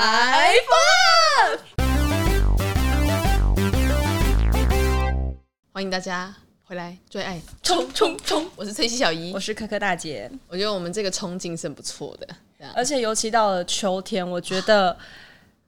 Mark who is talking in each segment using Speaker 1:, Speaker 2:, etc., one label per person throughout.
Speaker 1: Five Up，欢迎大家回来，最爱冲冲冲！我是崔西小姨
Speaker 2: 我，是可可大姐，
Speaker 1: 我觉得我们这个冲劲是很不错的。这样
Speaker 2: 而且尤其到了秋天，我觉得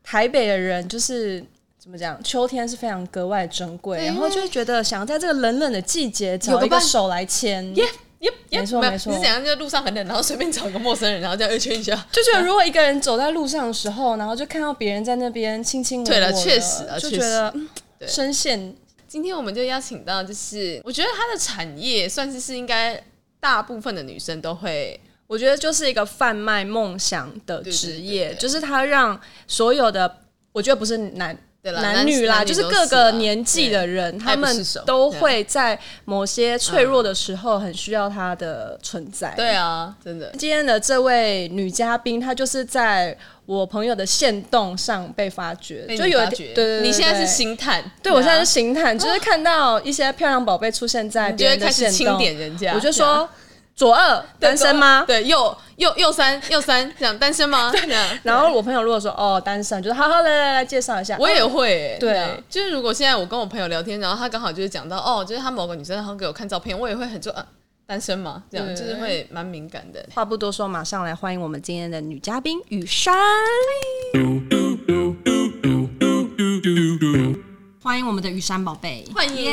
Speaker 2: 台北的人就是怎么讲，秋天是非常格外珍贵，
Speaker 1: 对
Speaker 2: 然后就会觉得想要在这个冷冷的季节
Speaker 1: 有
Speaker 2: 找
Speaker 1: 个
Speaker 2: 一个
Speaker 1: 伴
Speaker 2: 手来牵，
Speaker 1: 耶耶耶，
Speaker 2: 没
Speaker 1: 嗯
Speaker 2: 错
Speaker 1: 没有
Speaker 2: 没错
Speaker 1: 你是怎样就路上很冷，然后随便找一个陌生人，然后这样圈一下？
Speaker 2: 就觉得如果一个人走在路上的时候，然后就看到别人在那边卿卿我
Speaker 1: 对
Speaker 2: 我的，
Speaker 1: 了确实啊
Speaker 2: 就
Speaker 1: 确
Speaker 2: 觉
Speaker 1: 实
Speaker 2: 得嗯
Speaker 1: 对
Speaker 2: 深陷
Speaker 1: 今天我们就邀请到，就是我觉得她的产业算是是应该大部分的女生都会
Speaker 2: 我觉得就是一个贩卖梦想的职
Speaker 1: 对
Speaker 2: 业，
Speaker 1: 对对对
Speaker 2: 就是他让所有的，我觉得不是男
Speaker 1: 对啦
Speaker 2: 男女啦，
Speaker 1: 男
Speaker 2: 就是
Speaker 1: 男女都是
Speaker 2: 各
Speaker 1: 啊
Speaker 2: 个
Speaker 1: 啦
Speaker 2: 年纪的人，
Speaker 1: 对
Speaker 2: 他
Speaker 1: 爱不释
Speaker 2: 们
Speaker 1: 手
Speaker 2: 都会在某些脆弱的时候很需要他的存在。
Speaker 1: 对啊，真的
Speaker 2: 今天的这位女嘉宾，她就是在我朋友的线动上被发掘，
Speaker 1: 被
Speaker 2: 就
Speaker 1: 你
Speaker 2: 有一
Speaker 1: 发
Speaker 2: 点
Speaker 1: 觉
Speaker 2: 对对对，
Speaker 1: 你现在
Speaker 2: 对
Speaker 1: 是星探，
Speaker 2: 对我现在
Speaker 1: 啊
Speaker 2: 是星探，就是看到一些漂亮宝贝出现在
Speaker 1: 你就
Speaker 2: 别
Speaker 1: 会
Speaker 2: 人的
Speaker 1: 开始
Speaker 2: 线
Speaker 1: 清
Speaker 2: 动，
Speaker 1: 点人家，
Speaker 2: 我就
Speaker 1: 这样
Speaker 2: 说左二单身吗？
Speaker 1: 对，右右右三右三这样单身吗？这样
Speaker 2: 然后我朋友如果说哦单身，就是好好来来来介绍一下。
Speaker 1: 我也
Speaker 2: 哦
Speaker 1: 会欸、
Speaker 2: 对
Speaker 1: 这样就是如果现在我跟我朋友聊天，然后他刚好就是讲到哦，就是他某个女生，然后给我看照片，我也会很说啊，单身嘛，这样
Speaker 2: 对
Speaker 1: 就是会蛮敏感的。
Speaker 2: 话不多说，马上来欢迎我们今天的女嘉宾雨珊。欢迎我们的雨珊宝贝，
Speaker 1: 欢迎
Speaker 2: 耶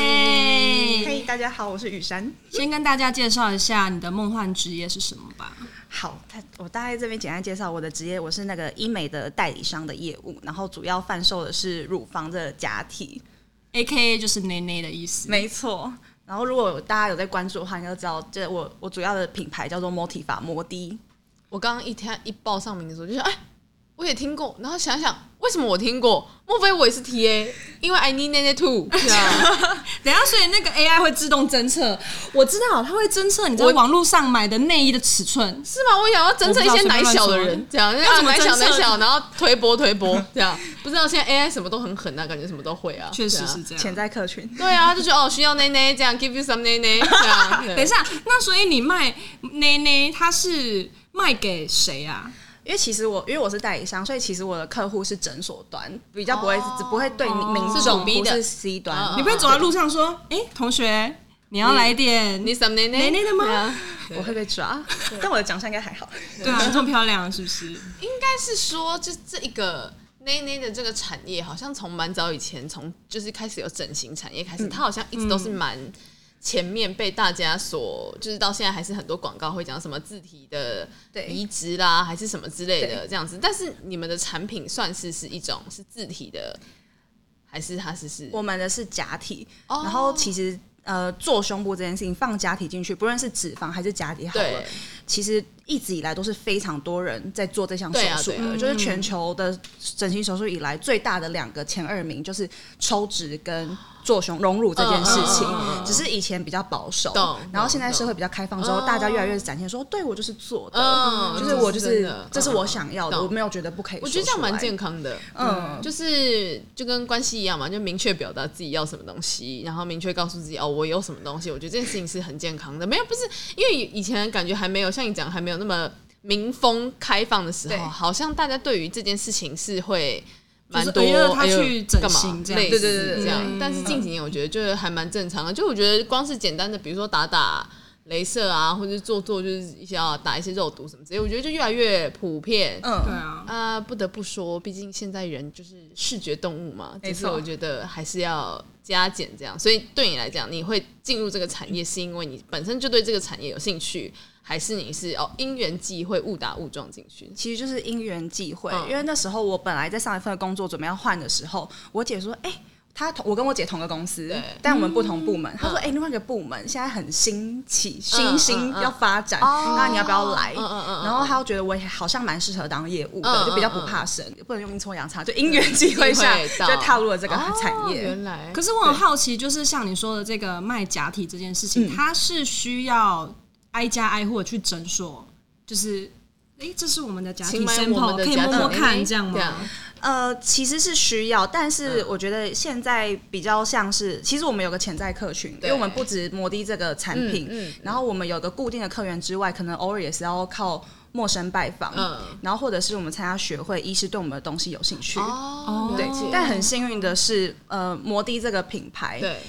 Speaker 3: 嘿大家好，我是雨珊。
Speaker 2: 先跟大家介绍一下你的梦幻职业是什么吧。
Speaker 3: 好，他我大概这边简单介绍我的职业，我是那个医美的代理商的业务，然后主要贩售的是乳房的假体，
Speaker 2: A K A 就是内内的意思，
Speaker 3: 没错。然后如果大家有在关注的话，应该都知道，这我我主要的品牌叫做 Motiva 摩的，
Speaker 1: 我刚刚一天一报上名的时候，就想哎，我也听过，然后想想为什么我听过，莫非我也是 TA？因为 I need 那那 two，这 样
Speaker 2: 等一下，所以那个 AI 会自动侦测，我知道它会侦测你在
Speaker 1: 我
Speaker 2: 网络上买的内衣的尺寸，
Speaker 1: 是吗？我想要侦测一些奶小的人，这样
Speaker 2: 知道
Speaker 1: 啊
Speaker 2: 随
Speaker 1: 奶
Speaker 2: 便
Speaker 1: 小
Speaker 2: 乱说要怎么侦
Speaker 1: 奶
Speaker 2: 测
Speaker 1: 小，然后推波推波，这样不知道现在 AI 什么都很狠啊，感觉什么都会啊，
Speaker 2: 确
Speaker 1: 对
Speaker 2: 实
Speaker 1: 啊
Speaker 2: 是这样。
Speaker 3: 潜在客群。
Speaker 1: 对啊，他就觉得哦需要奶奶这样 give you some 奶奶这样。对
Speaker 2: 等一下，那所以你卖内内，它是卖给谁啊？
Speaker 3: 因为其实我因为我是代理商，所以其实我的客户是诊所端，比较不会、
Speaker 1: 哦
Speaker 3: 只不会对民
Speaker 1: 是
Speaker 3: 众，
Speaker 1: 主 B
Speaker 3: 不
Speaker 1: 的
Speaker 3: 是 C 端。
Speaker 1: 嗯
Speaker 2: 你不会走在路上说，哎、同学，你要来点
Speaker 1: 哦你 some 奶奶
Speaker 2: 内内的吗？
Speaker 1: 对啊
Speaker 3: 我会被抓，但我的长相应该还好。
Speaker 2: 对啊，你这么漂亮是不是？
Speaker 1: 应该是说，就这一个奶奶的这个产业，好像从蛮早以前，从就是开始有整形产业开始，它好像一直都是蛮。前面被大家所就是到现在还是很多广告会讲什么自体的
Speaker 3: 对
Speaker 1: 移植啦，还是什么之类的
Speaker 3: 对
Speaker 1: 这样子。但是你们的产品算是是一种是自体的，还是它是是
Speaker 3: 我们的是假体，
Speaker 1: 哦
Speaker 3: 然后其实呃做胸部这件事情放假体进去，不论是脂肪还是假体好了
Speaker 1: 对，
Speaker 3: 其实一直以来都是非常多人在做这项手
Speaker 1: 对啊
Speaker 3: 术
Speaker 1: 对
Speaker 3: 的，
Speaker 1: 啊
Speaker 3: 就是全球的整形手术以来最大的两个前二名就是抽脂跟。做胸隆乳这件事情
Speaker 1: 嗯嗯嗯嗯嗯，
Speaker 3: 只是以前比较保守
Speaker 1: 懂，
Speaker 3: 然后
Speaker 1: 懂
Speaker 3: 现在社会比较开放之后，
Speaker 1: 懂
Speaker 3: 大家越来越展现说，对我就是做
Speaker 1: 嗯
Speaker 3: 的，就是我就
Speaker 1: 这是真
Speaker 3: 是
Speaker 1: 的
Speaker 3: 这是我想要的，
Speaker 1: 懂
Speaker 3: 我没有觉得不可以说
Speaker 1: 我
Speaker 3: 出
Speaker 1: 觉
Speaker 3: 来。
Speaker 1: 得这样蛮健康的，嗯，就是就跟关系一样嘛，就明确表达自己要什么东西，然后明确告诉自己哦，我有什么东西。我觉得这件事情是很健康的，没有不是因为以前感觉还没有像你讲还没有那么民风开放的时
Speaker 3: 对
Speaker 1: 候，好像大家对于这件事情是会。蛮
Speaker 2: 就是
Speaker 1: 多，
Speaker 2: 哎呀他
Speaker 1: 哎呦
Speaker 2: 去整
Speaker 1: 干嘛
Speaker 2: 形这样
Speaker 1: 类
Speaker 2: 对
Speaker 3: 对对
Speaker 1: 似
Speaker 3: 对
Speaker 1: 这样
Speaker 2: 嗯。
Speaker 1: 但是近几年我觉得就是还蛮正常的，就我觉得光是简单的，比如说打打镭射啊，或者做做就是一些啊打一些肉毒什么之类，我觉得就越来越普遍。
Speaker 2: 对
Speaker 3: 嗯，
Speaker 2: 啊，
Speaker 1: 啊、不得不说，毕竟现在人就是视觉动物嘛，
Speaker 3: 没
Speaker 1: 只是
Speaker 3: 错
Speaker 1: 我觉得还是要加减这样。所以对你来讲，你会进入这个产业，是因为你本身就对这个产业有兴趣，还是你是哦因缘际会误打误撞进去？
Speaker 3: 其实就是因缘际会，
Speaker 1: 嗯
Speaker 3: 因为那时候我本来在上一份工作准备要换的时候，我姐说：“哎、她同我跟我姐同个公司
Speaker 1: 对，嗯
Speaker 3: 但我们不同部门。她说：“哎、另外一个部门现在很兴起，新兴
Speaker 1: 嗯嗯
Speaker 3: 要发展，
Speaker 1: 哦
Speaker 3: 那你要不要来？”
Speaker 1: 嗯嗯嗯
Speaker 3: 然后她又觉得我也好像蛮适合当业务的，
Speaker 1: 嗯嗯嗯
Speaker 3: 就比较不怕生，不能用阴错阳差，就因缘际会
Speaker 1: 机
Speaker 3: 下
Speaker 1: 会到
Speaker 3: 就踏入了这个产
Speaker 1: 哦
Speaker 3: 业。
Speaker 1: 原来
Speaker 2: 可是我很好奇，就是像你说的这个卖假体这件事情，
Speaker 3: 嗯
Speaker 2: 它是需要挨家挨户地去诊所，就是。哎，这是我们的假体
Speaker 1: 请买我们
Speaker 2: sample，
Speaker 1: 的
Speaker 2: 可以
Speaker 1: 家
Speaker 2: 摸摸
Speaker 1: 长
Speaker 2: 看，
Speaker 1: 哎
Speaker 2: 这样
Speaker 1: 这
Speaker 2: 吗
Speaker 1: 样？
Speaker 3: 呃，其实是需要，但是
Speaker 1: 嗯
Speaker 3: 我觉得现在比较像是，其实我们有个潜在客群，因
Speaker 1: 对
Speaker 3: 为我们不止摩的这个产品，
Speaker 1: 嗯嗯
Speaker 3: 然后我们有个固定的客源之外，可能偶尔也是要靠。陌生拜访，
Speaker 1: 嗯，
Speaker 3: 然后或者是我们参加学会，医师对我们的东西有兴趣。
Speaker 1: 哦，
Speaker 3: 对
Speaker 1: 了解，
Speaker 3: 但很幸运的是，呃，摩的这个品牌，
Speaker 1: 对，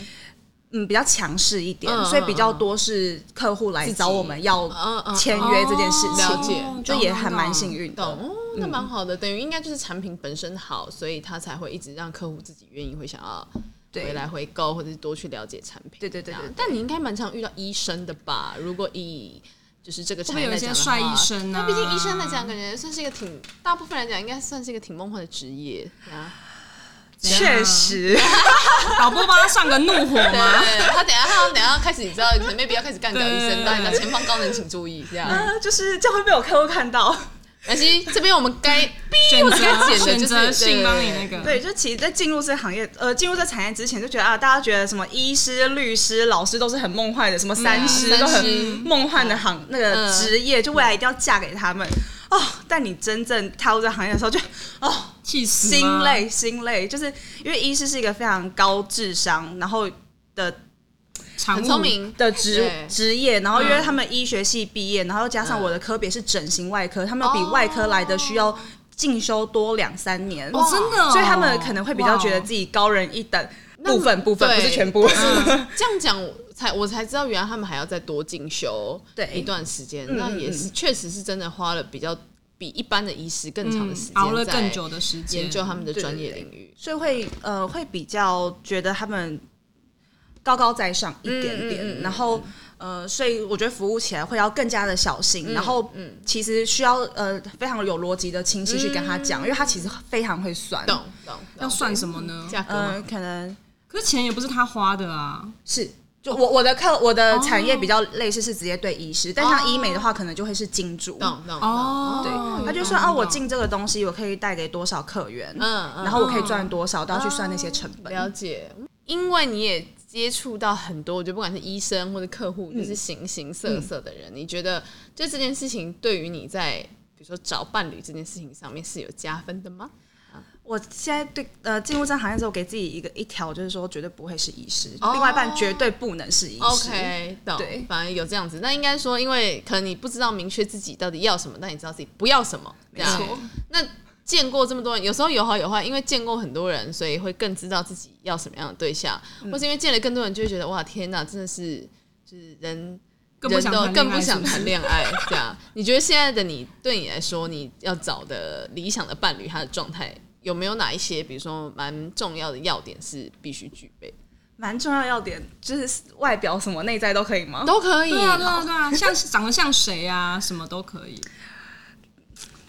Speaker 3: 嗯，比较强势一点，
Speaker 1: 嗯
Speaker 3: 所以比较多是客户来找我们要
Speaker 1: 嗯嗯，
Speaker 3: 签约这件事
Speaker 1: 了解
Speaker 3: 情，就也还蛮幸
Speaker 2: 运。
Speaker 3: 运
Speaker 1: 懂
Speaker 3: 的。
Speaker 1: 哦，那蛮好的，等于应该就是产品本身好，所以他才会一直让客户自己愿意会想要回
Speaker 3: 对，
Speaker 1: 来回购，或者是多去了解产品。
Speaker 3: 对对对
Speaker 1: 这样
Speaker 3: 对对
Speaker 1: 但你应该蛮常遇到医生的吧？如果以就是这个
Speaker 2: 会
Speaker 1: 产
Speaker 2: 不会
Speaker 1: 业
Speaker 2: 有一
Speaker 1: 来
Speaker 2: 些
Speaker 1: 讲的
Speaker 2: 帅医
Speaker 1: 话。
Speaker 2: 生啊
Speaker 1: 那
Speaker 2: 呢、
Speaker 1: 毕竟医生来讲，感觉算是一个挺，大部分来讲应该算是一个挺梦幻的职业啊。
Speaker 2: 怎样
Speaker 3: 确，实，
Speaker 2: 导播帮他上个怒火
Speaker 1: 对，
Speaker 2: 吗？
Speaker 1: 他等一下他等一下开始，你知道，maybe 要开始干掉医生，
Speaker 2: 对
Speaker 1: 大家前方高能请注意这样。
Speaker 2: 嗯
Speaker 3: 啊就是这样会被我客户看 到。
Speaker 1: 而且这边我们该
Speaker 2: 选
Speaker 1: 我该剪
Speaker 2: 择
Speaker 1: 的就是
Speaker 2: 选择性
Speaker 1: 对
Speaker 2: 帮你那个，
Speaker 3: 对，就其实，在进入这个行业，呃，进入这产业之前，就觉得啊，大家觉得什么医师、律师、老师都是很梦幻的，什么三师、
Speaker 1: 嗯
Speaker 3: 都
Speaker 1: 三
Speaker 3: 很
Speaker 1: 师嗯
Speaker 3: 梦幻的行、那个职业，就未来一定要嫁给他们。哦，但你真正踏入这行业的时候就，哦，
Speaker 2: 气死吗
Speaker 3: 心。
Speaker 1: 嗯啊
Speaker 3: 累心累，就是因为医师是一个非常高智商，然后的
Speaker 2: 常务
Speaker 1: 很聪，
Speaker 2: 嗯
Speaker 1: 明，
Speaker 3: 的职
Speaker 1: 对嗯
Speaker 3: 职业，然后因为他们医学系毕业，然后加上我的科别是整形外科，他们
Speaker 1: 哦
Speaker 3: 比外科来的需要进修多两三年，
Speaker 2: 哦，真的哦、
Speaker 3: 所以他们可能会比较觉得
Speaker 2: 己
Speaker 3: 自己高人一等，
Speaker 1: 那
Speaker 3: 部分部分
Speaker 1: 对
Speaker 3: 不是全部。
Speaker 1: 这样讲我才我才知道，原来他们还要再多进修
Speaker 3: 对
Speaker 1: 一段时间，
Speaker 3: 嗯
Speaker 1: 那也是确实是真的花了比较比一般的医师更长的时间，
Speaker 2: 哦嗯熬了更久的时间
Speaker 1: 研究他们的
Speaker 3: 对对
Speaker 1: 专业
Speaker 3: 对
Speaker 1: 领域。
Speaker 3: 所以会呃会比较觉得他们高高在上一点点，
Speaker 1: 嗯嗯嗯嗯
Speaker 3: 然后呃，所以我觉得服务起来会要更加的小心，然后
Speaker 1: 嗯，
Speaker 3: 其实需要呃非常有逻辑的清晰去跟他讲，因为他其实非常会算，
Speaker 1: 懂懂，
Speaker 2: 要算什么呃呢？
Speaker 1: 价格
Speaker 3: 嗯、
Speaker 1: 吗？
Speaker 3: 可能
Speaker 2: 可是钱也不是他花的啊，
Speaker 3: 是。就我我的课我的产业比较类似是直接对医师，但像医美的话，可能就会是金主，
Speaker 1: 懂懂
Speaker 2: 哦
Speaker 1: 懂
Speaker 2: 对
Speaker 1: 懂
Speaker 3: 他就说啊，我进这个东西，我可以带给多少客源，
Speaker 1: 嗯，嗯哦
Speaker 3: 然后我可以赚多少，都要去算那些成本。
Speaker 1: 了解，因为你也接触到很多，我觉得不管是医生或者客户，
Speaker 2: 嗯
Speaker 1: 就是形形色色的人，你觉得就这件事情对于你在比如说找伴侣这件事情上面是有加分的吗？
Speaker 3: 我现在对呃进入这行业之后，给自己一个一条就是说，绝对不会是医师，另外一半绝对不能是医师。
Speaker 1: 哦 OK，懂
Speaker 3: 对。
Speaker 1: 反正有这样子，那应该说，因为可能你不知道明确自己到底要什么，但你知道自己不要什么，这样。
Speaker 3: 错
Speaker 1: 那见过这么多人，有时候有好有坏，因为见过很多人，所以会更知道自己要什么样的对象，
Speaker 2: 嗯
Speaker 1: 或是因为见了更多人，就会觉得哇，天哪，真的是就是人。
Speaker 2: 更不想
Speaker 1: 人都
Speaker 2: 谈恋爱
Speaker 1: 更不想
Speaker 2: 是不是
Speaker 1: 谈恋爱，这样。你觉得现在的你，对你来说，你要找的理想的伴侣，他的状态有没有哪一些，比如说蛮重要的要点是必须具备？
Speaker 3: 蛮重要要点就是外表什么内在都可以吗？
Speaker 1: 都可以，
Speaker 2: 对啊对啊对啊，像长得像谁啊，什么都可以。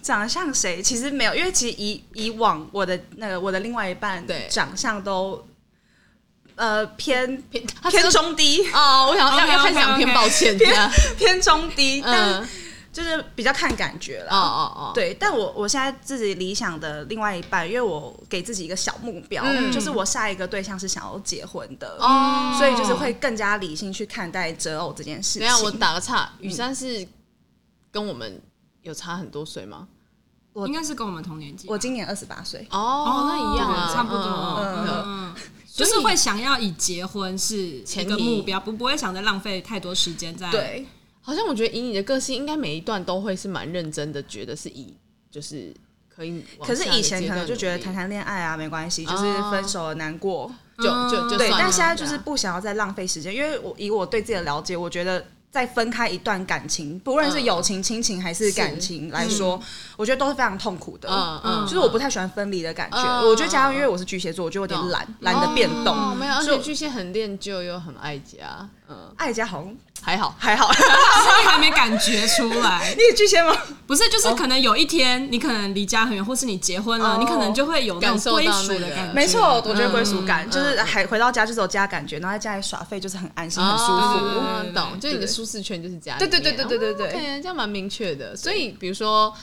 Speaker 3: 长得像谁？其实没有，因为其实以以往我的那个我的另外一半
Speaker 1: 对
Speaker 3: 长相都呃偏
Speaker 1: 偏他
Speaker 3: 偏
Speaker 1: 说
Speaker 3: 中低，
Speaker 1: 哦，我想要
Speaker 2: OK，OK，
Speaker 1: 要开始讲
Speaker 2: OK
Speaker 1: 偏抱歉这样，
Speaker 3: 偏中低，但
Speaker 1: 嗯，
Speaker 3: 就是比较看感觉
Speaker 1: 哦
Speaker 3: 啦。
Speaker 1: 哦哦，，
Speaker 3: 对，但我我现在自己理想的另外一半，因为我给自己一个小目标，
Speaker 1: 嗯
Speaker 3: 就是我下一个对象是想要结婚的，
Speaker 1: 哦，
Speaker 3: 所以就是会更加理性去看待择偶这件事
Speaker 1: 等一
Speaker 3: 情。
Speaker 1: 下我打个岔，雨珊是跟我们有差很多岁吗？
Speaker 3: 我
Speaker 2: 应该是跟我们同年纪吧，
Speaker 3: 我今年二十八岁，
Speaker 1: 哦，那一样啊，
Speaker 2: 对差不多。
Speaker 1: 嗯嗯嗯嗯
Speaker 2: 嗯，就是会想要以结婚是一个目标，不不会想再浪费太多时间在。
Speaker 3: 对，
Speaker 1: 好像我觉得以你的个性，应该每一段都会是蛮认真的，觉得是以就是可以往
Speaker 3: 可
Speaker 1: 哦下
Speaker 3: 是
Speaker 1: 的阶段努力。哦
Speaker 3: 以前可能就觉得谈谈恋爱啊没关系，就是分手了难过，
Speaker 1: 就就就
Speaker 3: 对，
Speaker 1: 算了啊
Speaker 3: 但现在就
Speaker 1: 这
Speaker 3: 是
Speaker 1: 样
Speaker 3: 不想要再浪费时间，因为我以我对自己的了解，我觉得。在分开一段感情，不论是
Speaker 1: 嗯
Speaker 3: 友情、亲情还是感情来说，我觉得都是非常痛苦的。
Speaker 1: 嗯嗯，
Speaker 3: 就是我不太喜欢分离的感觉。
Speaker 1: 嗯
Speaker 3: 我觉得加上因为我是巨蟹座，我就有点懒，懒得变动。
Speaker 1: 哦，没有，而
Speaker 3: 所以
Speaker 1: 且
Speaker 3: 我
Speaker 1: 巨蟹很恋旧又很爱家，嗯，
Speaker 3: 爱家好像
Speaker 1: 还好。
Speaker 3: 还好，
Speaker 2: 所以还没感觉出 来。
Speaker 3: 你也巨蟹吗？
Speaker 2: 不是，就是可能有一天你可能离家很远，或是你结婚了，
Speaker 3: 哦
Speaker 2: 你可能就会有那
Speaker 1: 感
Speaker 2: 种
Speaker 1: 受到
Speaker 2: 归
Speaker 1: 那
Speaker 2: 属的
Speaker 1: 个
Speaker 2: 感觉。
Speaker 3: 没错，我觉得归属
Speaker 1: 嗯
Speaker 3: 感
Speaker 1: 嗯
Speaker 3: 就是还回到家就是有家感觉，然后在家里耍废就是很安心、很舒服。
Speaker 1: 哦
Speaker 2: 对对对对
Speaker 1: 懂，就你的
Speaker 3: 对
Speaker 1: 舒适圈就是家里
Speaker 3: 对
Speaker 1: 面。
Speaker 3: 对
Speaker 1: 啊
Speaker 3: 对对对对对
Speaker 1: o k 这样蛮明确的。所以比如说，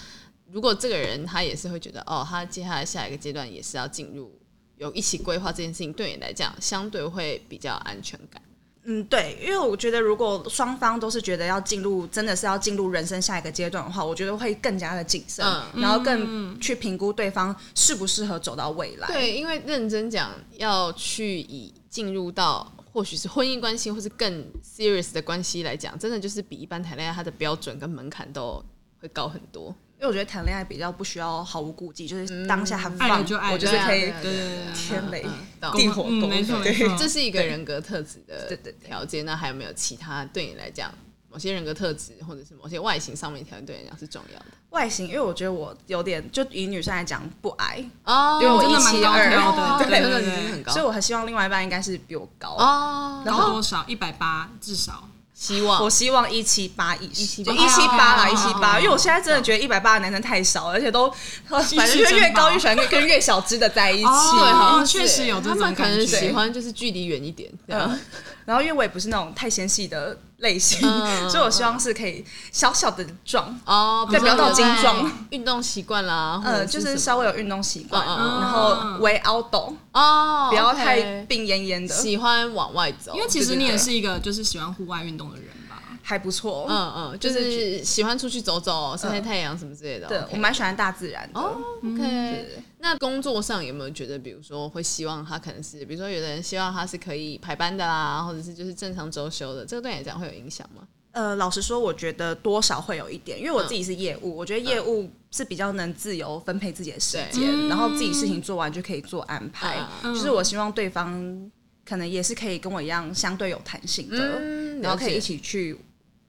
Speaker 1: 如果这个人他也是会觉得，哦，他接下来下一个阶段也是要进入有一起规划这件事情，对你来讲相对会比较有安全感。
Speaker 3: 嗯，对，因为我觉得如果双方都是觉得要进入，真的是要进入人生下一个阶段的话，我觉得会更加的谨慎，
Speaker 1: 嗯
Speaker 3: 然后更去评估对方适不适合走到未来。
Speaker 1: 对，因为认真讲，要去以进入到或许是婚姻关系，或是更 serious 的关系来讲，真的就是比一般谈恋爱它的标准跟门槛都会会高很多。
Speaker 3: 因为我觉得谈恋爱比较不需要毫无顾忌，就是当下很
Speaker 2: 爱
Speaker 3: 放，
Speaker 2: 了就爱了
Speaker 3: 我就是可以
Speaker 1: 对啊对啊
Speaker 2: 对
Speaker 3: 天雷
Speaker 1: 懂
Speaker 3: 地火
Speaker 2: 嗯
Speaker 3: 攻，
Speaker 2: 没错
Speaker 3: 对
Speaker 2: 没错
Speaker 1: 这是一个人格特质的
Speaker 3: 对对对
Speaker 1: 条件。那还有没有其他对你来讲，某些人格特质或者是某些外形上面条件对你来讲是重要的？
Speaker 3: 外形，因为我觉得我有点，就以女生来讲不矮，
Speaker 1: 哦
Speaker 3: 因为我
Speaker 2: 真的蛮高
Speaker 3: 172
Speaker 2: 挑
Speaker 1: 对
Speaker 2: 的，对
Speaker 1: 哦真的
Speaker 2: 对
Speaker 1: 你真的
Speaker 2: 对
Speaker 1: 很高
Speaker 3: 所以我很希望另外一半应该是比我高。
Speaker 1: 哦，
Speaker 3: 然
Speaker 2: 高
Speaker 3: 后
Speaker 2: 多少？一百八至少。
Speaker 1: 希望
Speaker 3: 我希望一七八以上，
Speaker 1: 178
Speaker 3: 就一七八啦，
Speaker 2: 哦
Speaker 3: 一七
Speaker 2: 哦
Speaker 3: 八，因为我现在真的觉得一百八的男生太少，而且都反正
Speaker 2: 继续
Speaker 3: 就
Speaker 2: 增
Speaker 3: 越高
Speaker 2: 高
Speaker 3: 越喜欢跟跟越小只的在一起。
Speaker 2: 哦
Speaker 1: 对，好像是
Speaker 2: 确实有这
Speaker 1: 他
Speaker 2: 种
Speaker 1: 们可能
Speaker 2: 感觉
Speaker 1: 喜欢就是距离远一点，这样
Speaker 3: 嗯然后因为我也不是那种太纤细的类型，
Speaker 1: 嗯
Speaker 3: 所以我希望是可以小小的壮，
Speaker 1: 哦，
Speaker 3: 对
Speaker 1: 比如说
Speaker 3: 不要到精
Speaker 1: 有在
Speaker 3: 壮
Speaker 1: 运动习惯啦，或
Speaker 3: 呃，
Speaker 1: 者
Speaker 3: 就是
Speaker 1: 什么
Speaker 3: 稍微有运动习惯，
Speaker 1: 嗯嗯嗯嗯
Speaker 3: 然后围凹斗，
Speaker 1: 哦，
Speaker 3: 不要
Speaker 1: OK
Speaker 3: 太病恹恹的，
Speaker 1: 喜欢往外走，
Speaker 2: 因为其实
Speaker 1: 哦对
Speaker 2: 你也。
Speaker 1: 对对
Speaker 2: 是一个就是喜欢户外运动的人吧？
Speaker 3: 还不错。
Speaker 1: 嗯嗯，就
Speaker 3: 就是
Speaker 1: 喜欢出去走走、晒晒太阳什么之类的。
Speaker 3: 对
Speaker 1: OK
Speaker 3: 我蛮喜欢大自然的。
Speaker 1: 哦，OK。那工作上有没有觉得，比如说会希望他可能是，比如说有的人希望他是可以排班的啦，或者是就是正常周休的，这个对你来讲会有影响吗？
Speaker 3: 呃，老实说，我觉得多少会有一点，因为我
Speaker 1: 嗯
Speaker 3: 自己是业务，我觉得业务是比较能自由分配自己的时间，
Speaker 2: 对
Speaker 3: 然后自己事情做完就可以做安排。
Speaker 1: 嗯
Speaker 3: 就是我希望对方可能也是可以跟我一样相对有弹性的，
Speaker 1: 嗯
Speaker 3: 然后可以一
Speaker 1: 起
Speaker 3: 起去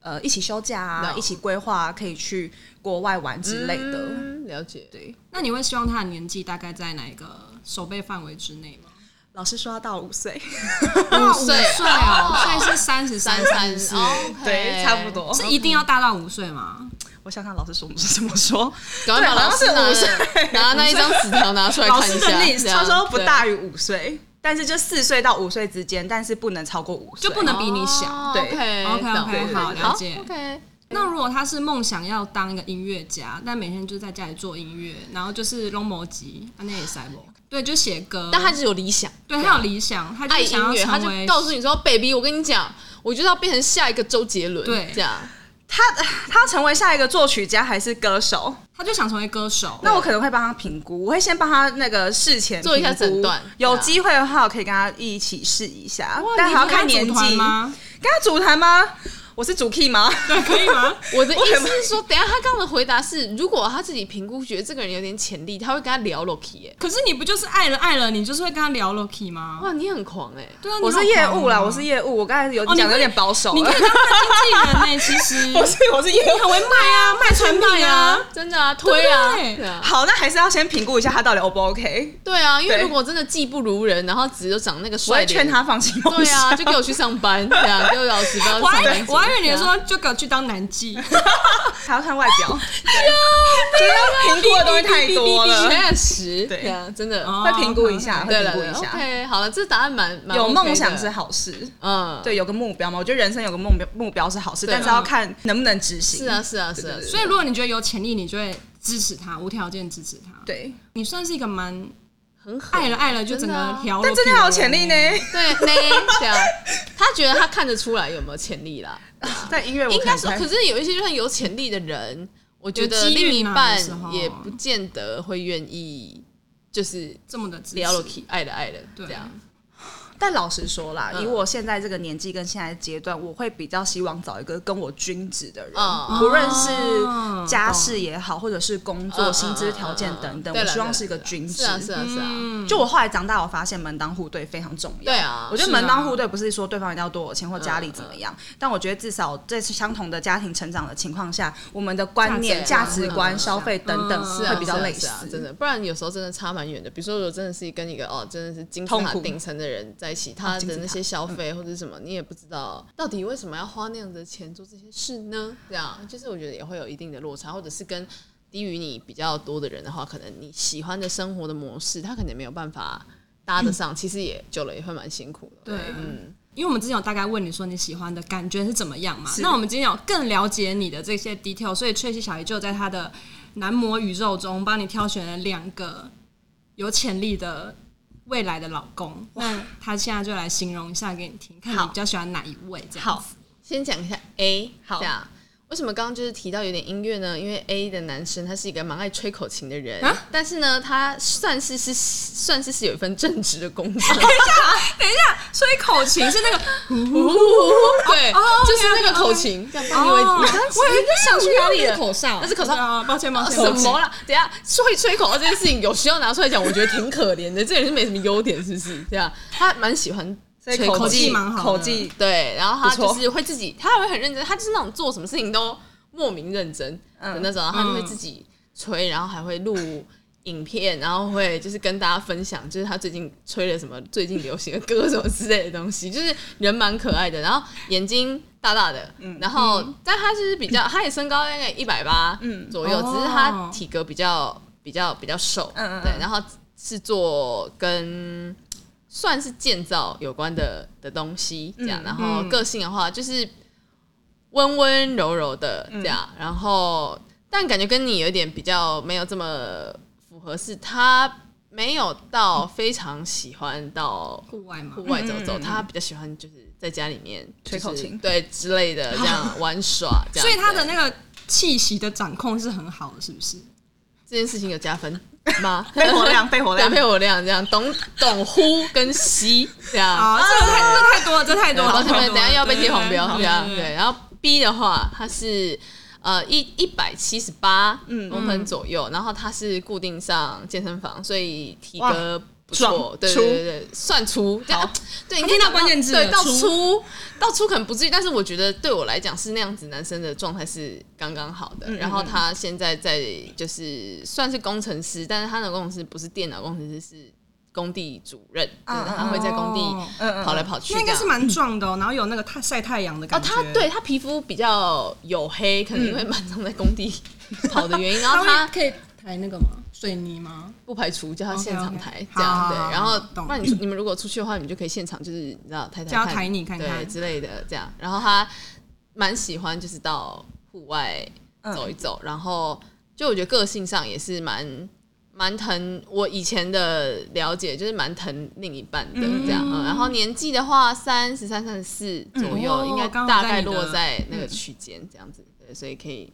Speaker 3: 呃一起休假啊，
Speaker 1: No
Speaker 3: 一起规划可以去国外玩之类的。
Speaker 2: 嗯
Speaker 1: 嗯了解。
Speaker 3: 对，
Speaker 2: 那你会希望他的年纪大概在哪一个手背范围之内吗？
Speaker 3: 老师说要到五岁，
Speaker 2: 哇，
Speaker 1: 五
Speaker 2: 五
Speaker 1: 岁
Speaker 2: 岁哦，所以是三十三
Speaker 1: 三三
Speaker 2: 四，
Speaker 1: 哦，
Speaker 3: 对，差不。多。
Speaker 2: 是一定要大到五岁吗？
Speaker 3: 我想想，老师说我 们是怎么说？
Speaker 1: 赶快
Speaker 3: 对好
Speaker 1: 把老
Speaker 3: 像
Speaker 1: 师
Speaker 3: 是
Speaker 1: 拿
Speaker 3: 五
Speaker 1: 了拿那一张纸条拿出来
Speaker 3: 老
Speaker 1: 看一
Speaker 3: 师
Speaker 1: 下
Speaker 3: 的例，子，
Speaker 1: 这样
Speaker 3: 他说不大于五岁，但是就四岁到五岁之间，但是不能超过五岁，
Speaker 2: 就不能比你
Speaker 1: 哦
Speaker 2: 小。
Speaker 3: 对
Speaker 1: OK，OK，OK，
Speaker 2: OK，OK，好了解
Speaker 1: OK，
Speaker 2: 那如果他是梦想要当一个音乐家，但每天就在家里做音乐，然后就是弄谋吉，啊那也塞不对，就写歌。
Speaker 1: 但他是有理想，
Speaker 2: 对他有理想，他
Speaker 1: 爱
Speaker 2: 就
Speaker 1: 音
Speaker 2: 想
Speaker 1: 乐，
Speaker 2: 要
Speaker 1: 他
Speaker 2: 成
Speaker 1: 就
Speaker 2: 为
Speaker 1: 告诉你说，baby，我跟你讲，我就是要变成下一个周杰伦，
Speaker 2: 对
Speaker 1: 这样。
Speaker 3: 他 他要成为下一个作曲家还是歌手？
Speaker 2: 他就想成为歌手。
Speaker 3: 那我可能会帮他评估，我会先帮他那个事前
Speaker 1: 做一下
Speaker 3: 评估
Speaker 1: 诊断
Speaker 3: 有
Speaker 1: 对啊
Speaker 3: 机会的话，我可以跟他一起试一下
Speaker 2: 哇，
Speaker 3: 但
Speaker 2: 你
Speaker 3: 还要
Speaker 2: 跟他
Speaker 3: 看年
Speaker 2: 组团
Speaker 3: 纪。
Speaker 2: 吗？
Speaker 3: 跟他组团吗？我是主 key 吗？
Speaker 2: 对，可以吗？
Speaker 1: 我的意思是说，等一下他刚刚的回答是，如果他自己评估觉得这个人有点潜力，他会跟他聊 Loki 耶、
Speaker 2: 可是你不就是爱了爱了，你就是会跟他聊 Loki 吗？
Speaker 1: 哇，你很狂哎、
Speaker 2: 对啊，
Speaker 3: 我是业务啦，我是
Speaker 2: 业，
Speaker 3: 业务。我刚才有
Speaker 2: 哦你
Speaker 3: 讲的有
Speaker 2: 会
Speaker 3: 点保守
Speaker 2: 你
Speaker 3: 了
Speaker 2: 可，以当他的经纪人呢、其实
Speaker 3: 不是 我是业务。
Speaker 2: 很会卖啊， 卖产品啊，
Speaker 1: 真的啊，推啊，
Speaker 2: 对不对
Speaker 1: 对啊，
Speaker 3: 好，那还是要先评估一下他到底 O 不 OK。
Speaker 1: 对啊，因为
Speaker 3: 对
Speaker 1: 如果真的技不如人，然后只有长那个
Speaker 3: 我
Speaker 1: 帅
Speaker 3: 会
Speaker 1: 脸
Speaker 3: 劝，他放弃梦
Speaker 1: 对啊，
Speaker 3: 想。
Speaker 1: 就给我去上班，对啊，给我老师不要
Speaker 2: 我
Speaker 1: 上
Speaker 2: 还
Speaker 1: 班。
Speaker 2: 我还以为你
Speaker 1: 啊
Speaker 2: 说就给我去当男妓，
Speaker 3: 还要看外 表，对，啊就是评估的东西太多 了。
Speaker 1: 确实，
Speaker 3: 对
Speaker 1: 对啊，真的，
Speaker 2: 哦
Speaker 3: 会评估一下，
Speaker 2: 哦
Speaker 3: 会
Speaker 1: 对
Speaker 3: 评
Speaker 1: 了
Speaker 3: 估
Speaker 1: 对
Speaker 3: 一
Speaker 1: 了
Speaker 3: 下。
Speaker 1: ，OK，好了，这答案蛮蛮
Speaker 3: 有
Speaker 1: OK
Speaker 3: 梦
Speaker 1: 的
Speaker 3: 想是，好事，
Speaker 1: 嗯，
Speaker 3: 对，有个目标嘛。我觉得人生有个目标目标是好事，
Speaker 1: 对
Speaker 3: 但嗯是要哦看能不能执行。
Speaker 1: 是啊，，是啊，是啊，
Speaker 3: 对
Speaker 1: 是啊
Speaker 2: 所以如果你觉得有潜力，你就会支持他，无条件支持他。，
Speaker 3: 对。
Speaker 2: 你算是一个蛮
Speaker 1: 很狠
Speaker 2: 爱了爱了就整个聊 Loki
Speaker 3: 但
Speaker 2: 人，
Speaker 3: 真的有潜力呢，
Speaker 1: 对，那对啊，他觉得他看得出来有没有潜力啦。
Speaker 3: 但音乐我
Speaker 1: 应该
Speaker 3: 可
Speaker 1: 说，
Speaker 3: 能不
Speaker 1: 可
Speaker 3: 太
Speaker 1: 是有一些就算有潜力的人，我觉
Speaker 2: 有
Speaker 1: 得
Speaker 2: 机遇
Speaker 1: 另一
Speaker 2: 嘛有
Speaker 1: 半
Speaker 2: 时候
Speaker 1: 也不见得会愿意，就是
Speaker 2: 这么的支持
Speaker 1: 聊了 k 爱了爱了
Speaker 2: 对
Speaker 1: 这样。
Speaker 3: 但老实说啦，
Speaker 1: 嗯
Speaker 3: 以我现在这个年纪跟现在的阶段，我会比较希望找一个跟我均值的人，
Speaker 1: 嗯
Speaker 3: 不论
Speaker 2: 哦
Speaker 3: 是家世也好，或者是工
Speaker 1: 嗯
Speaker 3: 作、
Speaker 1: 嗯
Speaker 3: 薪资条件等等，
Speaker 1: 对
Speaker 3: 我
Speaker 1: 啦
Speaker 3: 希望
Speaker 1: 对啦
Speaker 3: 是一个
Speaker 1: 对啦
Speaker 3: 均值
Speaker 1: 是。啊，是啊，是啊，
Speaker 2: 嗯，
Speaker 3: 就我后来长大，我发现门当户对非常重要。
Speaker 1: 对嗯啊
Speaker 3: 我觉得
Speaker 2: 是
Speaker 3: 门当
Speaker 2: 啊
Speaker 3: 户对不是说对方一定要多有钱或家里怎么样，但我觉得至少在相同的家庭成长的情况下，我们的观念、
Speaker 1: 价
Speaker 3: 价
Speaker 1: 值
Speaker 3: 值
Speaker 1: 观
Speaker 3: 观、
Speaker 1: 嗯
Speaker 3: 消费等等
Speaker 2: 嗯
Speaker 1: 是啊，
Speaker 3: 会比较类
Speaker 1: 是
Speaker 3: 似
Speaker 1: 啊，是啊，真的，不然有时候真的差蛮远的。比如说，我真的是跟一个哦，真的是金字
Speaker 3: 痛
Speaker 1: 塔
Speaker 3: 苦
Speaker 1: 顶层的人在一起，他
Speaker 3: 金
Speaker 1: 的
Speaker 3: 字
Speaker 1: 那
Speaker 3: 塔
Speaker 1: 些消费或者是什么，你也不知道到底为什么要花那样的钱做这些事呢？这样，就是我觉得也会有一定的落差，或者是跟低于你比较多的人的话，可能你喜欢的生活的模式，他可能没有办法搭得
Speaker 3: 嗯
Speaker 1: 上，其实也久了也会蛮辛苦的。
Speaker 2: 对，因为我们之前有大概问你说你喜欢的感觉是怎么样嘛，
Speaker 3: 是
Speaker 2: 那我们今天有更了解你的这些 detail，所以翠西小姨就在她的男模宇宙中帮你挑选了两个有潜力的未来的老公。那她现在就来形容一下给你听，看你
Speaker 3: 好
Speaker 2: 比较喜欢哪一位这样。
Speaker 3: 好，
Speaker 1: 先讲一下 A，
Speaker 3: 好
Speaker 1: 这样。为什么刚刚就是提到有点音乐呢？因为 A 的男生他是一个蛮爱吹口琴的
Speaker 2: 啊
Speaker 1: 人，但是呢，他算是是算是是有一份正职的工作，
Speaker 2: 等一下，吹口琴 是那个，
Speaker 1: 对，
Speaker 2: 哦，OK，OK，OK
Speaker 1: 就是那个口琴。干嘛你以为
Speaker 2: 哦
Speaker 1: 你刚
Speaker 2: 我以为
Speaker 1: 你在想去哪里了？
Speaker 2: 口哨，
Speaker 1: 那是口哨
Speaker 2: 啊！抱歉，抱
Speaker 1: 啊
Speaker 2: 歉，
Speaker 1: 什
Speaker 2: 抱歉
Speaker 1: 么啦？等一下会吹口哨这件事情，有需要拿出来讲，我觉得挺可怜的。这人是没什么优点，是不是？对啊，他蛮喜欢
Speaker 3: 所以
Speaker 1: 吹
Speaker 2: 口
Speaker 1: 技
Speaker 2: 技蛮好
Speaker 3: 口
Speaker 2: 的
Speaker 3: 技
Speaker 1: 对，然后他
Speaker 3: 不错
Speaker 1: 就是会自己，他还会很认真，他就是那种做什么事情都莫名认真
Speaker 3: 嗯
Speaker 1: 的那种，然后他就会自己吹，然后还会录影片，然后会就是跟大家分享，就是他最近吹了什么最近流行的歌什么之类的东西，就是人蛮可爱的，然后眼睛。大大的，
Speaker 3: 嗯
Speaker 1: 然后、但他就是比较，他也身高大概一百八
Speaker 3: 嗯
Speaker 1: 左右，
Speaker 2: 哦
Speaker 1: 只是他体格比较比较比较瘦，
Speaker 3: 嗯嗯嗯
Speaker 1: 对，然后是做跟算是建造有关的的东西，这样。
Speaker 3: 嗯
Speaker 1: 然后个性的话，就是温温柔柔的这样。
Speaker 3: 嗯
Speaker 1: 然后，但感觉跟你有点比较没有这么符合，是他没有到非常喜欢到
Speaker 2: 户外嘛
Speaker 1: 户，外走走，
Speaker 3: 嗯嗯嗯
Speaker 1: 他比较喜欢就是在家里面
Speaker 3: 吹口琴
Speaker 1: 就是对之类的这样玩耍，这样。
Speaker 2: 所以他的
Speaker 1: 对
Speaker 2: 那个气息的掌控是很好的，是不是？
Speaker 1: 这件事情有加分吗？
Speaker 3: 肺活量，肺活
Speaker 1: 对，
Speaker 3: 量，
Speaker 1: 配我量这样，懂懂呼跟吸这样。
Speaker 3: 哦
Speaker 2: 啊，这个太这太多了，这太多
Speaker 1: 对，
Speaker 2: 了，
Speaker 1: 抱歉，抱歉
Speaker 2: 太
Speaker 1: 等
Speaker 2: 多
Speaker 1: 一
Speaker 2: 了
Speaker 1: 下又要被贴黄标，
Speaker 2: 对嗯
Speaker 1: 对啊，
Speaker 2: 对
Speaker 1: 对。然后 B 的话，它是呃一一百七十八
Speaker 2: 嗯
Speaker 1: 公分左右，然后它是固定上健身房，所以体格不
Speaker 3: 壮，
Speaker 1: 错对
Speaker 3: 粗
Speaker 1: 对对对，算粗。这样对，你
Speaker 2: 听到
Speaker 1: 讲
Speaker 2: 关键字了
Speaker 1: 对，到
Speaker 2: 粗
Speaker 1: 粗到粗可能不至于，但是我觉得对我来讲是那样子，男生的状态是刚刚好的。
Speaker 2: 嗯
Speaker 1: 然后他现在在就是算是工程师，但是他的工程师不是电脑工程师，是工地主任，就是
Speaker 3: 嗯嗯
Speaker 1: 他会在工
Speaker 2: 啊哦
Speaker 1: 地
Speaker 3: 嗯嗯
Speaker 1: 跑来跑去这
Speaker 2: 那
Speaker 1: 样。
Speaker 2: 应该是蛮壮的哦，然后有那个太晒太阳的
Speaker 1: 哦，
Speaker 2: 感觉。嗯
Speaker 1: 他对他皮肤比较黝黑，可能因为蛮常在工地 跑的原 因，然
Speaker 2: 他
Speaker 1: 后
Speaker 2: 会，
Speaker 1: 他
Speaker 2: 可以抬那个吗？水泥吗？
Speaker 1: 不排除叫他
Speaker 2: OK，OK，
Speaker 1: 现场抬
Speaker 2: 好
Speaker 1: 这样
Speaker 2: 好
Speaker 1: 对
Speaker 2: 好，
Speaker 1: 然后
Speaker 2: 懂嗯
Speaker 1: 不然你你们如果出去的话，你们就可以现场就是你知道抬抬
Speaker 2: 叫他抬你看看
Speaker 1: 对之类的这样，然后他蛮喜欢就是到户外走一走，
Speaker 2: 嗯
Speaker 1: 然后就我觉得个性上也是蛮。蛮疼我以前的了解，就是蛮疼另一半的这样。嗯然后年纪的话，三十三、三十四左右，
Speaker 2: 哦
Speaker 1: 应该
Speaker 2: 刚好
Speaker 1: 大
Speaker 2: 在
Speaker 1: 概
Speaker 2: 你的嗯
Speaker 1: 落在那个区间这样子。对，所以可以。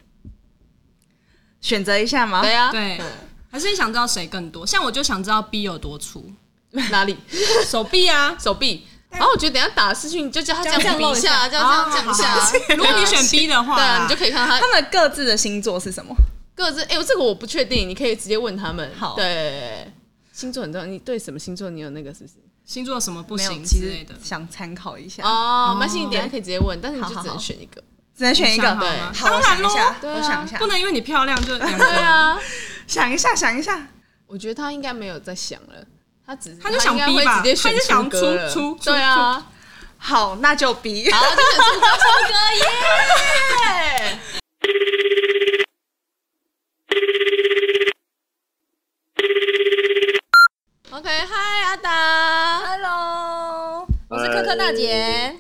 Speaker 3: 选择一下吗？
Speaker 1: 对啊，
Speaker 2: 对，还是你想知道谁更多？像我就想知道 B 有多粗，
Speaker 1: 哪里？
Speaker 2: 手 臂啊。
Speaker 1: 手臂。然后我觉得等一下打视讯，你就叫他这样
Speaker 3: 这样
Speaker 1: 比一下，这样这样讲一
Speaker 2: 好好好
Speaker 1: 下。
Speaker 2: 如果你选 B 的话
Speaker 1: 啊对啊，
Speaker 2: 啦，
Speaker 1: 你就可以看到他
Speaker 3: 他们各自的星座是什么？
Speaker 1: 各自。哎，这个我不确定，你可以直接问他 们。
Speaker 3: 好
Speaker 1: 对，星座很重要。你对什么星座你有那个是不是？
Speaker 2: 星座什么不
Speaker 3: 没有，
Speaker 2: 行
Speaker 3: 其
Speaker 2: 之类
Speaker 3: 实
Speaker 2: 的。
Speaker 3: 想参考一下，
Speaker 1: 哦，没关系，你等一下可以直接问，但是你就
Speaker 3: 好好
Speaker 1: 只能
Speaker 3: 好
Speaker 1: 选一个。
Speaker 3: 只能选一个。
Speaker 2: 你想好吗
Speaker 3: 好，我
Speaker 2: 当然
Speaker 3: 想一
Speaker 2: 咯
Speaker 3: 下，
Speaker 1: 对啊
Speaker 3: 我想一下
Speaker 2: 不，能因为你漂亮就两个，
Speaker 1: 对啊，
Speaker 3: 想一下，想一下。
Speaker 1: 我觉得他应该没有在想了，他只是
Speaker 2: 他就想
Speaker 1: 应该会
Speaker 2: B 吧
Speaker 1: 直接选
Speaker 2: 他就想
Speaker 1: 出歌了
Speaker 2: 出出
Speaker 1: 对啊，
Speaker 3: 好，那就 B。
Speaker 1: 好，就选出歌出歌耶。OK，嗨，阿达。
Speaker 4: Hello，
Speaker 5: 嗨
Speaker 4: 我是科科大姐。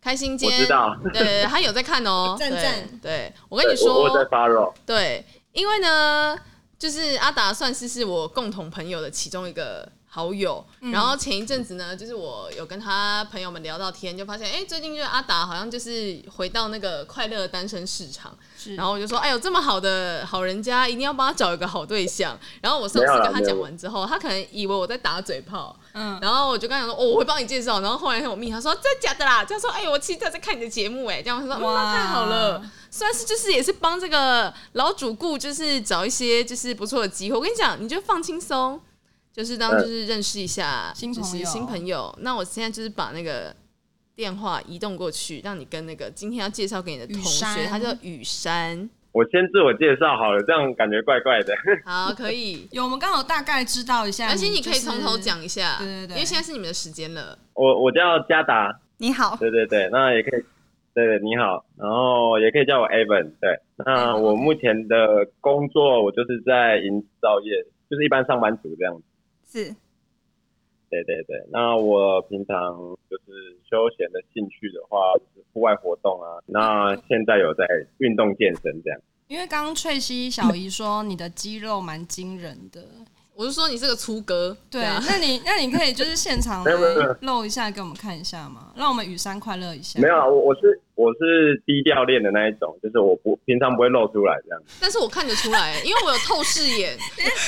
Speaker 1: 开心间，
Speaker 5: 我知道
Speaker 1: 对，他有在看哦，
Speaker 4: 赞
Speaker 1: 对
Speaker 4: 赞
Speaker 1: 对，我跟你
Speaker 5: 我我有在
Speaker 1: 说，
Speaker 5: follow，
Speaker 1: 对，因为呢，就是阿达算是是我共同朋友的其中一个好友，
Speaker 5: 嗯
Speaker 1: 然后前一阵子呢，就是我有跟他朋友们聊到天，就发现，哎、最近就是阿达好像就是回到那个快乐单身市场，然后我就说，哎呦，这么好的好人家，一定要帮他找一个好对象。然后我上
Speaker 5: 没有
Speaker 1: 次
Speaker 5: 啦
Speaker 1: 跟他
Speaker 5: 没有
Speaker 1: 讲完之后，他可能以为我在打嘴炮，
Speaker 2: 嗯，
Speaker 1: 然后我就跟他讲说，哦，我会帮你介绍。然后后来我密他说真的假的啦，他说，哎、我其实在看你的节目，哎，这样我说，哇、那太好了。算是就是也是帮这个老主顾，就是找一些就是不错的机会。我跟你讲，你就放轻松，就是当就是认识一下
Speaker 2: 新朋友
Speaker 1: 就是新朋友。那我现在就是把那个电话移动过去，让你跟那个今天要介绍给你的同
Speaker 2: 雨
Speaker 1: 学，
Speaker 2: 珊
Speaker 1: 他叫雨山。
Speaker 5: 我先自我介绍好了，这样感觉怪怪的。
Speaker 1: 好，可 以。
Speaker 2: 有我们刚好大概知道一下，
Speaker 1: 而且你可以
Speaker 2: 就是
Speaker 1: 从头讲一下，
Speaker 2: 对对对
Speaker 1: 因为现在是你们的时间了。
Speaker 5: 我我叫嘉达，
Speaker 3: 你好，
Speaker 5: 对对对，那也可以，对对你好，然后也可以叫我 Evan，对。那我目前的工作，我就是在营造业，就是一般上班族这样子。
Speaker 3: 是
Speaker 5: 对对对，那我平常就是休闲的兴趣的话，就是户外活动啊。那现在有在运动健身这样。
Speaker 2: 因为刚刚翠西小姨说你的肌肉蛮惊人 的，
Speaker 1: 我就说你是个粗哥，
Speaker 2: 对
Speaker 1: 啊，
Speaker 2: 那你那你可以就是现场
Speaker 5: 没
Speaker 2: 来
Speaker 5: 有没有没有
Speaker 2: 露一下给我们看一下吗？让我们雨山快乐一下。
Speaker 5: 没有啊，我我是我我是低调恋的那一种，就是我不平常不会露出来这样。
Speaker 1: 但是我看得出来，因为我有透视 眼。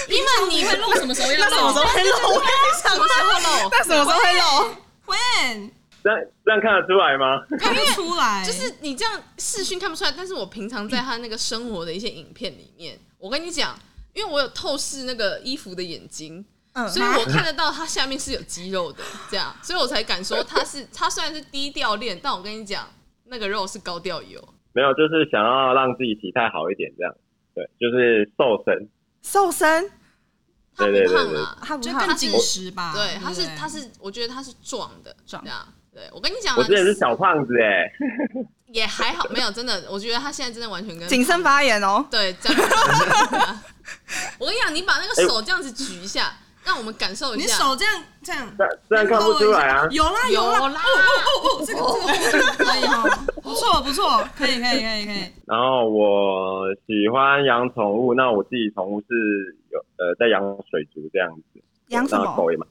Speaker 4: 因为你会露什么时候要
Speaker 3: 那什么时候
Speaker 4: 露？
Speaker 3: 会露？
Speaker 1: 什么时候 露？
Speaker 3: 那什么时候会露？
Speaker 2: when
Speaker 5: 这样这样看得出来吗？
Speaker 2: 看不出来，
Speaker 1: 就是你这样视讯看不出来，但是我平常在他那个生活的一些影片里面，我跟你讲，因为我有透视那个衣服的眼睛，
Speaker 3: 嗯
Speaker 1: 所以我看得到他下面是有肌肉的，这样，所以我才敢说他是他虽然是低调练，但我跟你讲，那个肉是高调油。
Speaker 5: 没有，就是想要让自己体态好一点这样。对，就是瘦身。
Speaker 3: 瘦身，
Speaker 1: 他不
Speaker 5: 对对对
Speaker 1: 胖
Speaker 5: 对
Speaker 1: 啊，
Speaker 3: 他不
Speaker 2: 就
Speaker 3: 怕
Speaker 2: 更紧实吧。
Speaker 1: 对，他是
Speaker 2: 不
Speaker 1: 他是，我觉得他是壮的，
Speaker 3: 壮
Speaker 1: 这样。对，我跟你讲啊，
Speaker 5: 我之前是小胖子哎、
Speaker 1: 也还好，没有真的，我觉得他现在真的完全跟
Speaker 3: 谨慎发言哦。
Speaker 1: 对，这样子。我跟你讲，你把那个手这样子举一 下，让我们感受一
Speaker 2: 你
Speaker 1: 下。
Speaker 2: 手这样这样，
Speaker 5: 这这样看不出来啊。
Speaker 2: 有啦
Speaker 1: 有
Speaker 2: 有啦
Speaker 1: 啦，
Speaker 2: 哦哦，这个这个可以哦，不错不错，可以可以可以可以。
Speaker 5: 然后我喜欢养宠物，那我自己宠物是有呃在养水族这样子，
Speaker 3: 养什
Speaker 5: 那
Speaker 3: 么？
Speaker 5: 狗也嘛，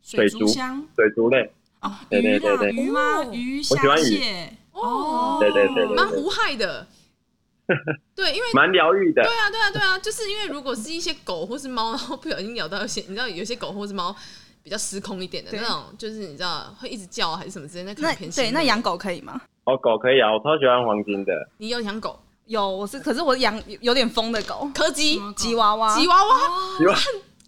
Speaker 2: 水
Speaker 5: 水
Speaker 2: 族
Speaker 5: 族
Speaker 2: 箱
Speaker 5: 水族类，
Speaker 2: 哦，
Speaker 5: 对
Speaker 2: 鱼
Speaker 5: 对
Speaker 2: 啦
Speaker 5: 对对
Speaker 2: 鱼吗？
Speaker 4: 哦
Speaker 2: 鱼
Speaker 5: 我喜
Speaker 2: 虾
Speaker 5: 欢鱼
Speaker 2: 蟹
Speaker 1: 哦
Speaker 5: 对对对对
Speaker 1: 蛮无害 的。对，因为
Speaker 5: 蛮疗愈的
Speaker 1: 对。啊，对啊，对啊，就是因为如果是一些狗或是猫，然后不小心咬到一些，你知道有些狗或是猫比较失控一点的
Speaker 3: 对
Speaker 1: 那种，就是你知道会一直叫还是什么之类，那可
Speaker 3: 那
Speaker 1: 能偏心
Speaker 3: 对，
Speaker 1: 的
Speaker 3: 那养狗可以吗？
Speaker 5: 哦，狗可以啊，我超喜欢黄金的。
Speaker 1: 你有养狗，
Speaker 3: 有，我是，可是我养有点疯的狗，
Speaker 1: 柯基
Speaker 2: 什、么狗
Speaker 3: 吉娃娃，
Speaker 1: 吉娃娃，
Speaker 5: 喜欢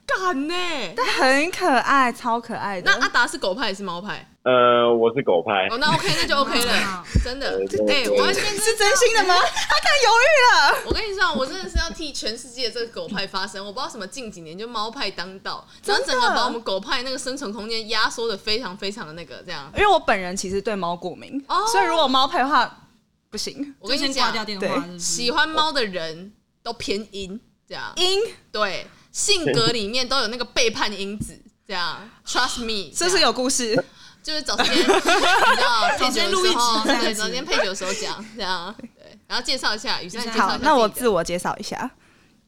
Speaker 1: 敢呢？
Speaker 3: 但很可爱，超可爱的。
Speaker 1: 那啊阿达是狗派还是猫派？
Speaker 5: 呃，我是狗派。
Speaker 1: 哦，那 OK，那就 OK 了，真的。
Speaker 5: 呃对对
Speaker 1: 哎，
Speaker 5: 对
Speaker 1: 我要先
Speaker 3: 是真心的吗？他看犹豫了。
Speaker 1: 我跟你说啊，我真的是要替全世界这个狗派发声。我不知道什么近几年就猫派当道，然后整个把我们狗派那个生存空间压缩的非常非常的那个这样。
Speaker 3: 因为我本人其实对猫过敏，
Speaker 1: 哦
Speaker 3: 所以如果猫拍的话不行。
Speaker 1: 我跟
Speaker 2: 就
Speaker 1: 你
Speaker 2: 先挂掉
Speaker 1: 讲，
Speaker 2: 电话，
Speaker 3: 对
Speaker 2: 是不是
Speaker 1: 喜欢猫的人都偏阴，这样
Speaker 3: 阴
Speaker 1: 对性格里面都有那个背叛因子。这样，trust me，
Speaker 3: 是不是
Speaker 1: 这样
Speaker 3: 有故事？
Speaker 1: 就是早 间，你知道，
Speaker 2: 早间录一集这样
Speaker 1: 对，
Speaker 2: 子
Speaker 1: 早间配酒的时候讲，这样，对，然后介绍一下，雨珊，你介绍一
Speaker 3: 好
Speaker 1: 下，
Speaker 3: 那我
Speaker 1: 自己
Speaker 3: 自
Speaker 1: 的
Speaker 3: 我介绍一下，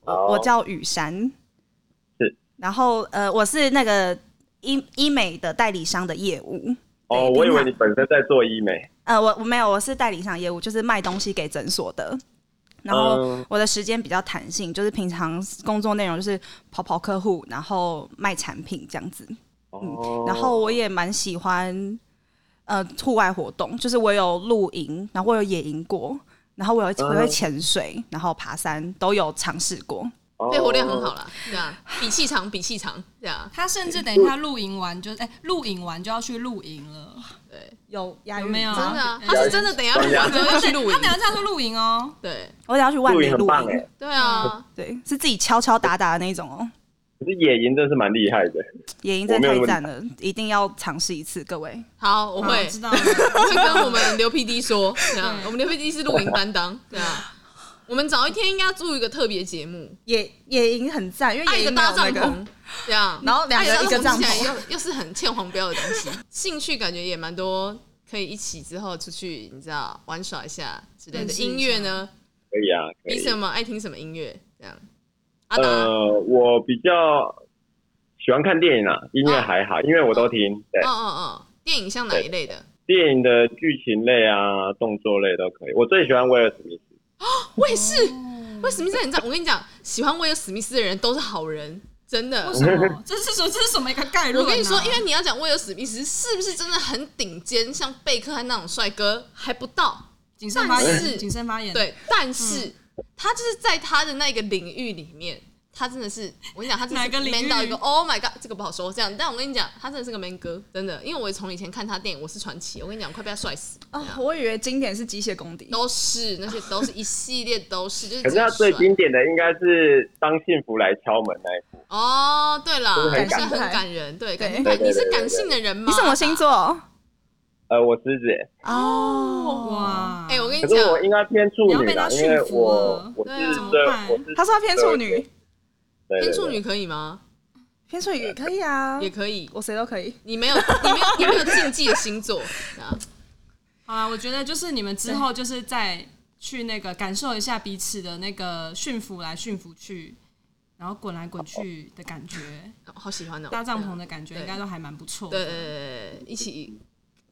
Speaker 5: 好
Speaker 3: 我叫雨珊，
Speaker 5: 是，
Speaker 3: 然后呃，我是那个医医美的代理商的业务。
Speaker 5: 哦，
Speaker 3: 对
Speaker 5: 我以为
Speaker 3: 平
Speaker 5: 你
Speaker 3: 常
Speaker 5: 本身在做医美。
Speaker 3: 呃，我我没有，我是代理商业务，就是卖东西给诊所的。然后
Speaker 5: 嗯
Speaker 3: 我的时间比较弹性，就是平常工作内容就是跑跑客户，然后卖产品这样子。
Speaker 5: 哦。
Speaker 3: 嗯然后我也蛮喜欢呃户外活动，就是我有露营，然后我有野营过，然后我有我会
Speaker 5: 嗯
Speaker 3: 潜水，然后爬山都有尝试过。
Speaker 5: 哦
Speaker 1: 肺活量很好。啦，这样，比气长，比气长，这样，
Speaker 2: 他甚至等一下露营完就哎，露营完就要去露营了，
Speaker 1: 对，
Speaker 3: 有
Speaker 2: 有没有？
Speaker 1: 真的啊
Speaker 2: 哎，
Speaker 1: 他是真的等一下录完之后要去露
Speaker 2: 他
Speaker 1: 营
Speaker 2: 等，一下要去露营哦，
Speaker 1: 对
Speaker 3: 我得要去万
Speaker 5: 露
Speaker 3: 里
Speaker 5: 营很
Speaker 3: 露
Speaker 5: 棒
Speaker 3: 营，
Speaker 5: 哎，
Speaker 1: 对啊，
Speaker 3: 对，是自己敲敲打打的那一种哦。
Speaker 5: 可是野营真是蛮厉害的。
Speaker 3: 野营真
Speaker 5: 我
Speaker 3: 的
Speaker 5: 没有
Speaker 3: 太
Speaker 5: 问
Speaker 3: 赞了，一定要尝试一次，各位。
Speaker 1: 好，我
Speaker 2: 好
Speaker 1: 会
Speaker 2: 知道了。
Speaker 1: 会跟我们刘 PD 说，这 样，
Speaker 2: 对
Speaker 1: 我们刘 PD 是露营担当，这样，我们早一天应该做一个特别节 目，
Speaker 3: 野野营很赞，因为野
Speaker 1: 爱啊一个
Speaker 3: 营哎没有
Speaker 1: 搭帐
Speaker 3: 那个
Speaker 1: 篷，这样，哎
Speaker 3: 然后两个
Speaker 1: 爱一个
Speaker 3: 一个帐篷
Speaker 1: 听起来又又是很欠黄标的东西，兴趣感觉也蛮多，可以一起之后出去，你知道玩耍一下之类
Speaker 2: 认
Speaker 1: 的。
Speaker 2: 识一下
Speaker 3: 啊
Speaker 1: 音乐呢，
Speaker 5: 可以啊，可
Speaker 1: 你
Speaker 5: 以。
Speaker 1: 什么爱听什么音乐，这样，阿达。
Speaker 5: 呃，我比较喜欢看电影啊，音乐还好，因为我都听。对
Speaker 1: 嗯，嗯嗯，电影像哪一类的？
Speaker 5: 电影的剧情类啊、动作类都可以。我最喜欢威尔史密斯。
Speaker 1: 我也是，威尔史密斯很赞。我跟你讲，喜欢威尔史密斯的人都是好人，真的
Speaker 2: 为。什么？这是什这是什么一个概论啊？
Speaker 1: 我跟你说，因为你要讲威尔史密斯是不是真的很顶尖，像贝克汉那种帅哥还不到，
Speaker 2: 谨慎发言，
Speaker 1: 但是
Speaker 2: 谨慎发言。，
Speaker 1: 对，但是、他就是在他的那个领域里面，他真的是，我跟你讲，他真的
Speaker 2: 哪个
Speaker 1: 是
Speaker 2: 领
Speaker 1: man
Speaker 2: 域
Speaker 1: 到一个 Oh my God，这个不好说这样。但我跟你讲，他真的是个 man 哥，真的，因为我从以前看他电影《我是传奇》，我跟你讲，快被他帅死，
Speaker 3: 哦， 我以为经典是机械公敌，
Speaker 1: 都是那些都是一系列都是，就是
Speaker 5: 可是他
Speaker 1: 真
Speaker 5: 最
Speaker 1: 的帅
Speaker 5: 经典的应该是《当幸福来敲门》那一部。
Speaker 1: 哦，对啦，
Speaker 5: 就是很
Speaker 1: 是
Speaker 5: 感
Speaker 1: 很
Speaker 3: 慨
Speaker 1: 感人，对，
Speaker 3: 对
Speaker 1: 感慨
Speaker 5: 对
Speaker 1: 你是
Speaker 5: 对对
Speaker 1: 感性的人吗？
Speaker 3: 你什么星？座？
Speaker 5: 呃，我狮子耶，
Speaker 3: 哦，
Speaker 2: 哇，
Speaker 1: 哎，我跟你
Speaker 5: 可
Speaker 1: 讲
Speaker 5: 是，我应该偏处
Speaker 2: 你要
Speaker 5: 女
Speaker 2: 被他
Speaker 5: 啦，
Speaker 2: 驯
Speaker 5: 因为
Speaker 2: 服
Speaker 5: 我
Speaker 2: 了
Speaker 5: 我
Speaker 1: 对
Speaker 5: 是
Speaker 1: 啊怎么
Speaker 5: 对
Speaker 2: 办，
Speaker 5: 我是
Speaker 3: 他说他偏处女，
Speaker 5: 对
Speaker 1: 偏
Speaker 5: 对
Speaker 1: 处
Speaker 5: 对
Speaker 1: 女可以吗？
Speaker 3: 偏处女也可以啊，
Speaker 1: 也可以，
Speaker 3: 我谁都可以。
Speaker 1: 你没有，你没有，你没有禁忌的星座啊。
Speaker 2: 好啦，我觉得就是你们之后就是再去那个感受一下彼此的那个驯服来驯服去，然后滚来滚去的感觉，
Speaker 1: 好喜欢哦，
Speaker 2: 搭帐篷的感觉
Speaker 1: 对
Speaker 2: 应该都还蛮不错。
Speaker 1: 对，对对对，一起。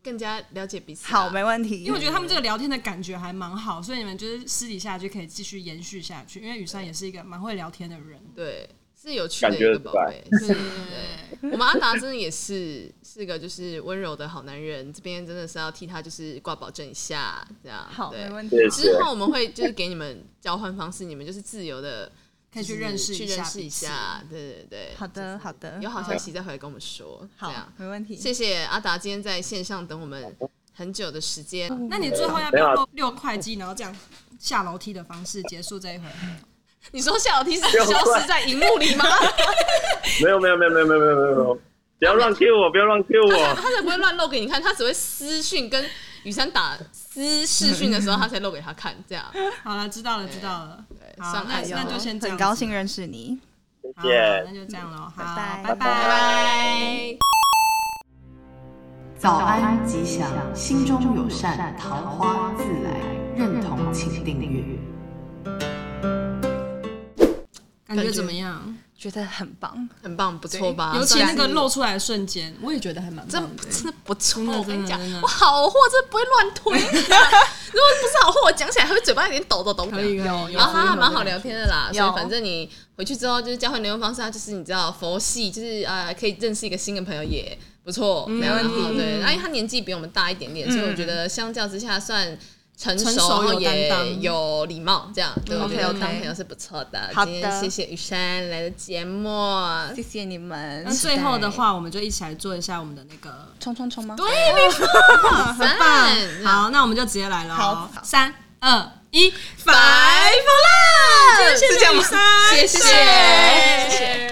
Speaker 1: 更加了解彼此啊。
Speaker 3: 好，没问题。
Speaker 2: 因为我觉得他们这个聊天的感觉还蛮好，所以你们就是私底下就可以继续延续下去。因为雨珊也是一个蛮会聊天的人，
Speaker 1: 对，是有趣的
Speaker 5: 感
Speaker 1: 一
Speaker 5: 觉
Speaker 1: 个
Speaker 5: 得
Speaker 1: 宝
Speaker 5: 出来
Speaker 1: 贝。对对对对，我们阿达真的也是是个就是温柔的好男人，这边真的是要替他就是挂保证一下，这样
Speaker 3: 好，
Speaker 1: 对
Speaker 3: 没问题。
Speaker 5: 谢谢
Speaker 1: 之。后我们会就是给你们交换方式，你们就是自由的
Speaker 2: 可以去认识
Speaker 1: 去
Speaker 2: 一下
Speaker 1: 认识一
Speaker 2: 彼此
Speaker 1: 下，对对对。
Speaker 3: 好的，好的，
Speaker 1: 有好消息再回来跟我们说。这
Speaker 3: 好
Speaker 1: 样，
Speaker 3: 没问题。
Speaker 1: 谢谢阿达今天在线上等我们很久的时间。
Speaker 2: 那你最后要不要用六块肌，然后这样下楼梯的方式结束这一回？
Speaker 1: 你说夏小提是
Speaker 5: 六块
Speaker 1: 消失在荧幕里吗？
Speaker 5: 没有没有没有没有没有没有没有没有，不要乱 Q 我，不要乱 Q 我。
Speaker 1: 他才不会乱露给你看，他只会私讯跟雨珊打私视讯的时候，他才露给他看。这 样，
Speaker 2: 好了，知道了，知道了。好，
Speaker 1: 上
Speaker 2: 那
Speaker 1: 岸
Speaker 2: 那就先这
Speaker 3: 很
Speaker 2: 样，啊
Speaker 3: 高兴，认识你。
Speaker 2: 好，
Speaker 5: 谢谢
Speaker 2: 那就这样喽，好，
Speaker 3: 拜拜
Speaker 2: 拜拜。
Speaker 6: 早安吉祥，心中有善，桃花自来。认同请订阅。
Speaker 2: 感觉怎么样？
Speaker 3: 觉得很棒，
Speaker 1: 很棒，不错吧？
Speaker 2: 尤其
Speaker 1: 算
Speaker 2: 那
Speaker 1: 是
Speaker 2: 个露出来的瞬间，我也觉得还蛮棒的
Speaker 1: 真。真的不错，
Speaker 2: 真的
Speaker 1: 我跟你
Speaker 2: 真的
Speaker 1: 讲
Speaker 2: 真的，
Speaker 1: 我好货真的不会乱推。如果不是好货，我讲起来还会嘴巴有点抖抖抖。
Speaker 2: 可以可以有有
Speaker 1: 然后啊他还蛮
Speaker 2: 有
Speaker 1: 好聊天的啦，所以
Speaker 3: 有
Speaker 1: 反正你回去之后就是交换联络方式，他就是你知道佛系，就是啊可以认识一个新的朋友也不错，
Speaker 2: 嗯
Speaker 1: 没问题。对，那因为他年纪比我们大一点点，所以我觉得相较之下算。成熟，
Speaker 2: 成
Speaker 1: 然
Speaker 2: 熟
Speaker 1: 后
Speaker 2: 有担
Speaker 1: 也
Speaker 2: 当
Speaker 1: 有礼貌，这样对我觉
Speaker 3: OK，
Speaker 1: 得
Speaker 3: OK
Speaker 1: 当朋友是不错的。
Speaker 3: 好的
Speaker 1: 今天谢谢雨珊来的节目，
Speaker 3: 谢谢你们。
Speaker 2: 那最后的话，我们就一起来做一下我们的那个，
Speaker 3: 冲冲冲吗？
Speaker 2: 对，没错，很棒。好，那我们就直接来喽
Speaker 3: 好，
Speaker 2: 三二一，
Speaker 1: 白
Speaker 2: 拜。
Speaker 1: 不啦，
Speaker 2: 谢谢雨珊，
Speaker 1: 谢谢。